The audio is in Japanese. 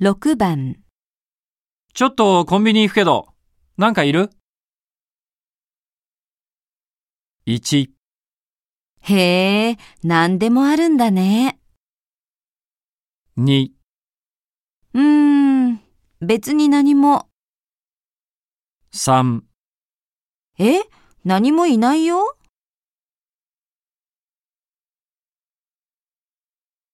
6番、ちょっとコンビニ行くけど、なんかいる ?1、へえ、何でもあるんだね。 2、うーん、別に何も。 3え、何もいないよ